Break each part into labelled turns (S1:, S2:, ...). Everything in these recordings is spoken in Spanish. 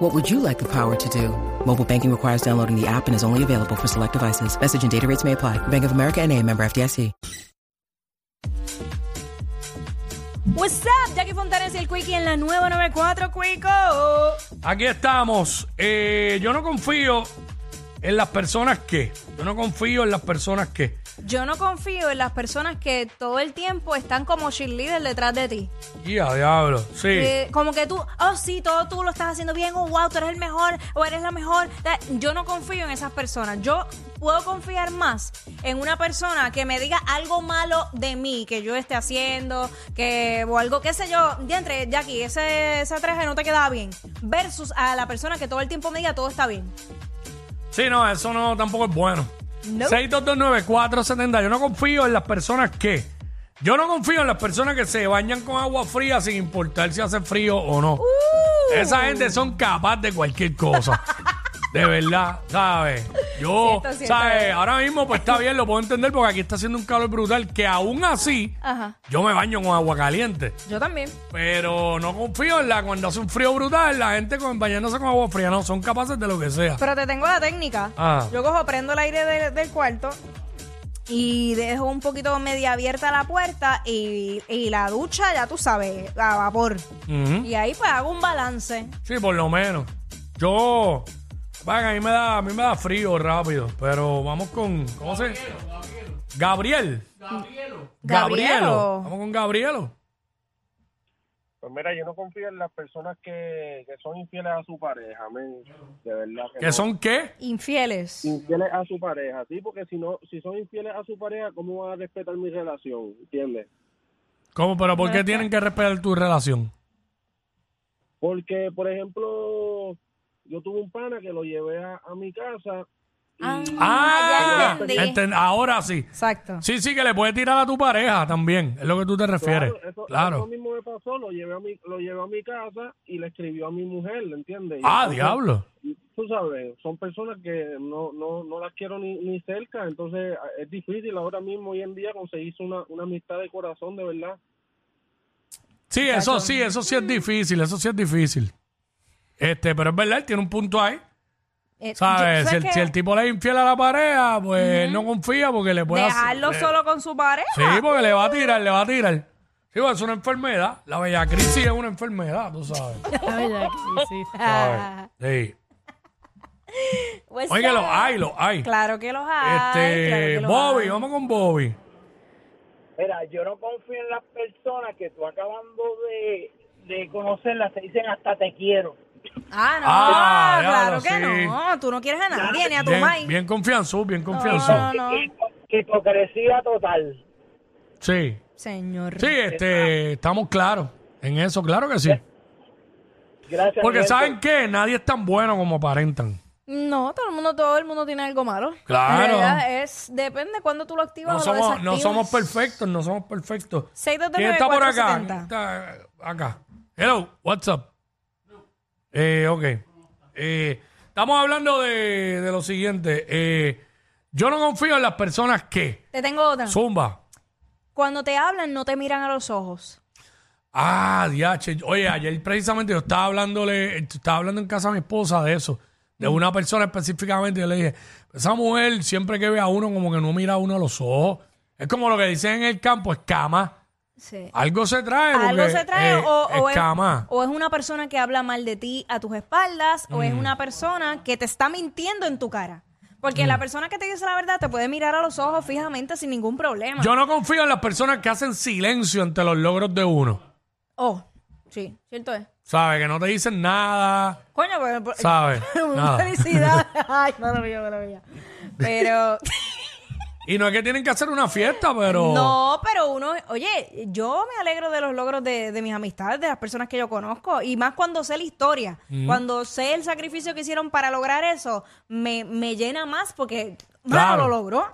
S1: What would you like the power to do? Mobile banking requires downloading the app and is only available for select devices. Message and data rates may apply. Bank of America and a member FDIC.
S2: What's up, Jackie Fontanes y el Quickie en la nueva 94, Quico.
S3: Aquí estamos. Eh, yo no confío en las personas que. Yo no confío en las personas que.
S2: Yo no confío en las personas que todo el tiempo están como cheerleader detrás de ti.
S3: Ya, diablo. Sí.
S2: Eh, como que tú, oh sí, todo tú lo estás haciendo bien, oh wow, tú eres el mejor, o eres la mejor. Ta- Yo no confío en esas personas. Yo puedo confiar más en una persona que me diga algo malo de mí, que yo esté haciendo, que, o algo, qué sé yo, entre Jackie, ese, esa traje no te quedaba bien. Versus a la persona que todo el tiempo me diga todo está bien.
S3: Sí, no, eso no tampoco es bueno.
S2: No.
S3: 6229470. Yo no confío en las personas que. Yo no confío en las personas que se bañan con agua fría sin importar si hace frío o
S2: Uh.
S3: no. Esa gente son capaces de cualquier cosa. De verdad, ¿sabes? Yo,
S2: Cierto, cierto.
S3: ¿sabes? Ahora mismo, pues está bien, lo puedo entender porque aquí está haciendo un calor brutal que aún así
S2: Ajá.
S3: yo me baño con agua caliente.
S2: Yo también.
S3: Pero no confío en la cuando hace un frío brutal, la gente con, bañándose con agua fría, no, son capaces de lo que sea.
S2: Pero te tengo la técnica.
S3: Ah.
S2: Yo cojo, prendo el aire de- del cuarto y dejo un poquito media abierta la puerta y, y la ducha, ya tú sabes, a vapor.
S3: Ujú.
S2: Y ahí pues hago un balance.
S3: Sí, por lo menos. Yo, van, a mí me da, a mí me da frío rápido, pero vamos con, ¿cómo se? Gabriel. Gabrielo. Vamos con Gabrielo.
S4: Pues mira, yo no confío en las personas que, que son infieles a su pareja, men. De verdad que
S3: ¿Qué
S4: no.
S3: son qué?
S2: Infieles.
S4: infieles a su pareja, sí, porque si no, si son infieles a su pareja, ¿cómo van a respetar mi relación? ¿Entiendes?
S3: ¿Cómo? ¿Pero por qué
S2: Bueno,
S3: tienen que respetar tu relación?
S4: Porque, por ejemplo, yo tuve un pana que lo llevé a, a mi casa y
S2: Ah.
S3: Ah,
S2: ya entendí.
S3: enten- ahora sí.
S2: Exacto.
S3: Sí, sí, que le puedes tirar a tu pareja también, es lo que tú te refieres.
S4: claro, eso, eso
S3: claro.
S4: mismo me pasó, lo llevé a mi, lo llevé a mi casa y le escribió a mi mujer, ¿entiendes? Y
S3: Ah,
S4: entonces,
S3: diablo.
S4: y tú sabes, son personas que no, no, no las quiero ni, ni cerca, entonces a- es difícil ahora mismo, hoy en día, conseguirse una, una amistad de corazón, de verdad.
S3: Sí, eso sí, eso sí es difícil, eso sí es difícil. Este, pero es verdad, él tiene un punto ahí.
S2: Eh, yo-
S3: ¿Sabes? Si
S2: ¿sabes
S3: el,
S2: qué?
S3: si el tipo le es infiel a la pareja, pues no confía porque le puede hacer-
S2: Dejarlo solo con su pareja.
S3: Sí, porque le va a tirar, le va a tirar. Sí, pues es una enfermedad. La bellacrisis es una enfermedad, tú sabes. ¿Sabes? Sí.
S2: Pues,
S3: Oye, que los hay, los hay.
S2: Claro que los hay. claro
S3: Este,
S2: que los
S3: Bobby,
S2: hay.
S3: vamos con Bobby.
S5: Mira, yo no confío en las personas que tú acabando de, de conocerlas te dicen hasta te quiero.
S2: Ah, no,
S3: Ah, ya
S2: claro
S3: lo
S2: que
S3: sí.
S2: no. Tú no quieres a nadie, ni a tu
S3: Bien,
S2: mai.
S3: bien confianzú, bien confianzú.
S2: No, no, no.
S5: Hipocresía total.
S3: Sí.
S2: Señor.
S3: Sí, este, estamos claros en eso, claro que sí.
S5: Gracias.
S3: Porque
S5: mi gente.
S3: ¿saben qué? Nadie es tan bueno como aparentan.
S2: No, todo el mundo, todo el mundo tiene algo malo.
S3: Claro.
S2: En realidad es, depende de cuándo tú lo activas
S3: No
S2: o lo
S3: somos, no
S2: desactivas.
S3: somos perfectos, no somos perfectos.
S2: 6229470.
S3: ¿Quién está por acá? ¿Quién está eh, acá? Hello, what's up? Eh, ok. Eh, estamos hablando de, de lo siguiente. Eh, yo no confío en las personas que...
S2: Te tengo otra.
S3: Zumba.
S2: Cuando te hablan, no te miran a los ojos.
S3: Ah, diache. Oye, ayer precisamente yo estaba hablándole, estaba hablando en casa a mi esposa de eso, de
S2: Mm.
S3: una persona específicamente. Yo le dije, esa mujer siempre que ve a uno, como que no mira a uno a los ojos. Es como lo que dicen en el campo, escama.
S2: Sí.
S3: Algo se trae.
S2: Algo
S3: Ah, porque,
S2: se trae
S3: eh,
S2: o, o es,
S3: escama.
S2: o es una persona que habla mal de ti a tus espaldas o
S3: Mm.
S2: es una persona que te está mintiendo en tu cara.
S3: Mm.
S2: Porque la persona que te dice la verdad te puede mirar a los ojos fijamente sin ningún problema.
S3: Yo no confío en las personas que hacen silencio ante los logros de uno.
S2: Oh, sí, cierto es.
S3: ¿Sabes? Que no te dicen nada.
S2: Coño, pues, pero... pero-
S3: ¿Sabes? Nada.
S2: Felicidad. Ay, maravilla, maravilla. Pero...
S3: Y no es que tienen que hacer una fiesta, pero.
S2: No, pero uno, oye, yo me alegro de los logros de, de mis amistades, de las personas que yo conozco, y más cuando sé la historia,
S3: Mm.
S2: cuando sé el sacrificio que hicieron para lograr eso, me, me llena más porque, mano,
S3: Claro.
S2: lo logró.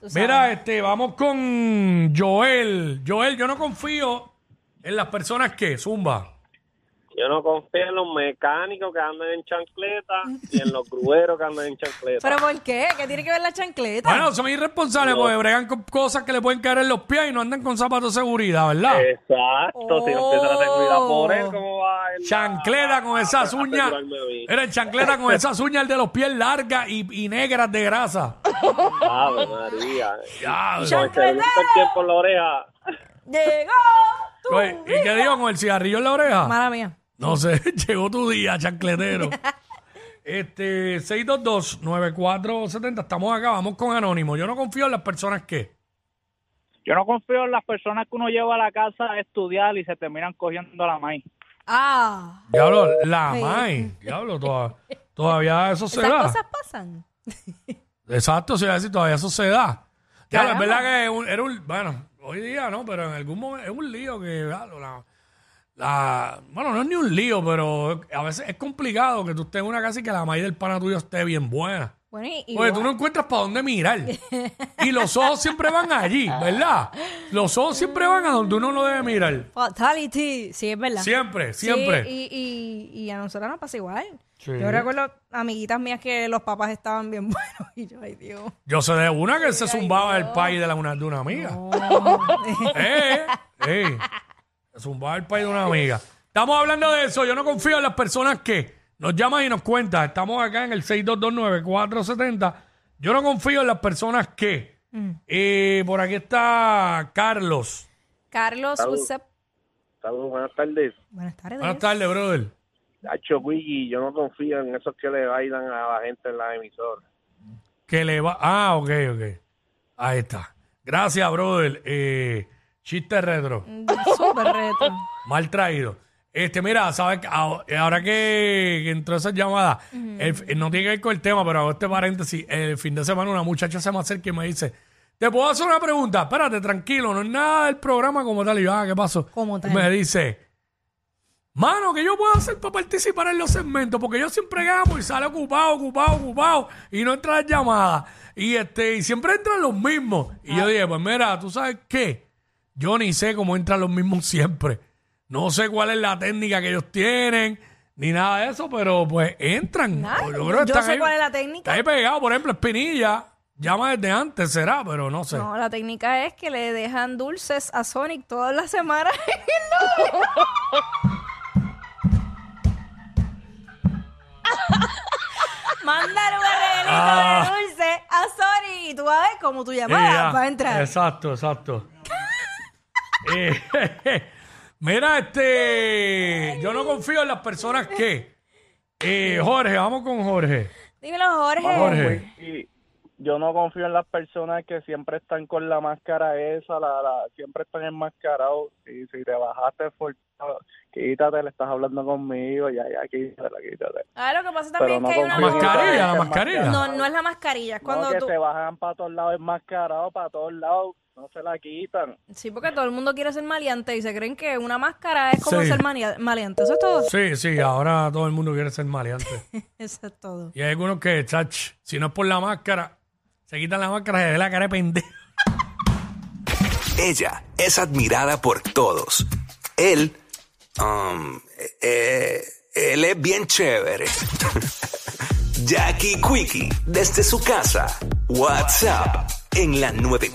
S2: Tú sabes.
S3: Mira, este, vamos con Joel. Joel, yo no confío en las personas que, Zumba.
S4: Yo no confío en los mecánicos que andan en chancleta y en los grueros que andan en chancleta.
S2: ¿Pero por qué? ¿Qué tiene que ver la chancleta?
S3: Bueno, son irresponsables porque bregan con cosas que le pueden caer en los pies y no andan con zapatos de seguridad, ¿verdad?
S4: Eh, Exacto, si no empiezan a tener cuidado por él,
S2: Oh.
S4: ¿cómo va él?
S3: Chancleta con esas uñas.
S4: asegurarme ah, a mí.
S3: Era el chancleta con esas uñas, el de los pies largas y, y negras de grasa.
S4: Ave María.
S3: Diablo.
S4: Con el celular todo el tiempo en la oreja.
S2: Llegó tu
S3: Oye, ¿Y qué
S2: vida.
S3: digo con el cigarrillo en la oreja?
S2: Mala mía.
S3: No sé, llegó tu día, chancletero. este, 622-9470, estamos acá, vamos con Anónimo. Yo no confío en las personas que.
S5: Yo no confío en las personas que uno lleva a la casa a estudiar y se terminan cogiendo la maíz.
S2: Ah,
S3: Diablo, la
S2: Sí.
S3: May. Diablo, toda- todavía eso se
S2: esas
S3: da.
S2: cosas pasan.
S3: Exacto, se iba a decir, todavía eso se da. Diablo,
S2: Caramba.
S3: es verdad que un- era un. Bueno, hoy día no, pero en algún momento es un lío que. diablo, la, la- bueno, no es ni un lío, pero a veces es complicado que tú estés en una casa y que la May del pana tuyo esté bien buena.
S2: Bueno, y, y
S3: Porque tú
S2: vos-
S3: no encuentras para dónde mirar. Y los ojos siempre van allí, ¿verdad? Los ojos siempre van a donde uno no debe mirar.
S2: Fatality. Sí, es verdad.
S3: Siempre,
S2: Sí,
S3: siempre.
S2: y, y, y a nosotras nos pasa igual.
S3: Sí.
S2: Yo recuerdo amiguitas mías que los papás estaban bien buenos y yo, ay Dios.
S3: Yo sé de una que se zumbaba el país de, la una, de una amiga. Eh, eh. Se zumbaba el país de una amiga. Estamos hablando de eso. Yo no confío en las personas que nos llaman y nos cuentan. Estamos acá en el 6229470. Yo no confío en las personas que.
S2: Mm.
S3: Eh, por aquí está Carlos.
S2: Carlos, what's up?
S4: Saludos, buenas tardes.
S2: Buenas tardes.
S3: Buenas tardes, brother.
S4: Hacho Wiggy, yo no confío en esos que le bailan a la gente en la emisora.
S3: Que le va. Ah, ok, ok. Ahí está. Gracias, brother. Eh, chiste retro.
S2: Súper retro.
S3: Mal traído. Este, mira, sabes que ah, ahora que, que entró esa llamada, el- eh, no tiene que ver con el tema, pero hago este paréntesis. El fin de semana una muchacha se me acerca y me dice, ¿te puedo hacer una pregunta? Espérate, tranquilo, no es nada del programa como tal. Y yo, ah, ¿qué pasó?
S2: Como
S3: Y
S2: tal.
S3: Me dice, mano, ¿qué yo puedo hacer para participar en los segmentos? Porque yo siempre gano y sale ocupado, ocupado, ocupado, y no entra las llamadas. Y, este, y siempre entran los mismos. Y
S2: Ah.
S3: yo dije, pues mira, ¿tú sabes qué? Yo ni sé cómo entran los mismos siempre. No sé cuál es la técnica que ellos tienen, ni nada de eso, pero pues entran.
S2: Nada,
S3: yo creo que
S2: yo
S3: están
S2: sé
S3: ahí-
S2: cuál es la técnica.
S3: está ahí pegado, por ejemplo, Espinilla. Llama desde antes, será, pero no sé.
S2: No, la técnica es que le dejan dulces a Sonic todas las semanas. Mandar un arreglito
S3: Ah.
S2: de dulces a Sonic y tú vas a ver cómo tu
S3: Eh,
S2: llamada
S3: ya.
S2: va a entrar.
S3: Exacto, exacto. Eh, mira, este. Yo no confío en las personas que. Eh, Jorge, vamos con Jorge.
S2: Dímelo, Jorge.
S3: Jorge.
S5: Y yo no confío en las personas que siempre están con la máscara esa, la, la- siempre están enmascarados. Y si te bajaste forzado, quítate, le estás hablando conmigo, ya, ya, quítatela, quítatale.
S2: Ah, lo que pasa
S5: Pero
S2: también
S5: no
S2: es que hay una
S5: confío en
S3: mascarilla,
S5: gente
S3: la
S5: enmascarada.
S3: mascarilla.
S2: No, no es la mascarilla, es cuando
S5: no, que
S2: tú...
S5: se bajan para todos lados enmascarados, para todos lados, no se la quitan.
S2: Sí, porque todo el mundo quiere ser maleante y se creen que una máscara es como
S3: Sí.
S2: ser mania- maleante. Eso es todo.
S3: Sí, sí, ahora todo el mundo quiere ser maleante.
S2: Eso es todo.
S3: Y hay algunos que, chach, si no es por la máscara, se quitan la máscara, se ve la cara de pendejo.
S6: Ella es admirada por todos. Él, um, eh, él es bien chévere. Jackie Quickie, desde su casa. WhatsApp en la 9.